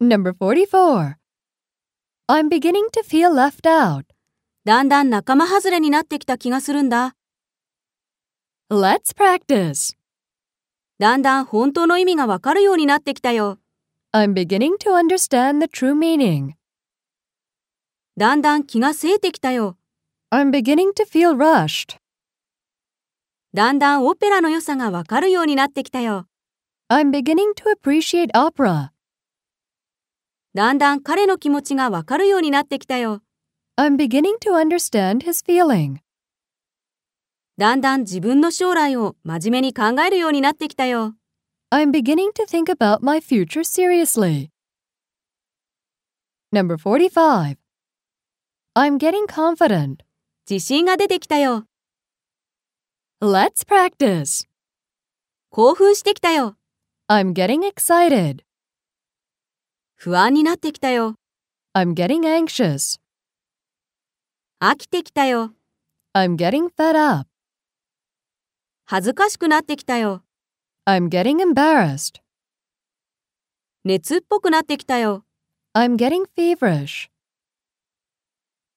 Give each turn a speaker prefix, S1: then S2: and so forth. S1: Number 44. I'm beginning to feel left out.
S2: だんだん仲間外れになってきた気がするんだ。
S1: Let's practice.
S2: だんだん本当の意味がわかるようになってきたよ。
S1: I'm beginning to understand the true meaning.
S2: だんだん気がせいてきたよ。
S1: I'm beginning to feel rushed.
S2: だんだんオペラの良さがわかるようになってきたよ。
S1: I'm beginning to appreciate opera.
S2: だんだん彼の気持ちがわかるようになってきたよ。
S1: I'm beginning to understand his feeling.
S2: だんだん自分の将来を真面目に考えるようになってきたよ。
S1: I'm beginning to think about my future seriously. Number 45. I'm getting confident.
S2: 自信が出てきたよ。
S1: Let's practice.
S2: 興奮してきたよ。
S1: I'm getting excited.
S2: 不安になってきたよ。
S1: I'm getting anxious.
S2: 飽きてきたよ。
S1: I'm getting fed up.
S2: 恥ずかしくなってきたよ。
S1: I'm getting embarrassed.
S2: 熱っぽくなってきたよ。
S1: I'm getting feverish.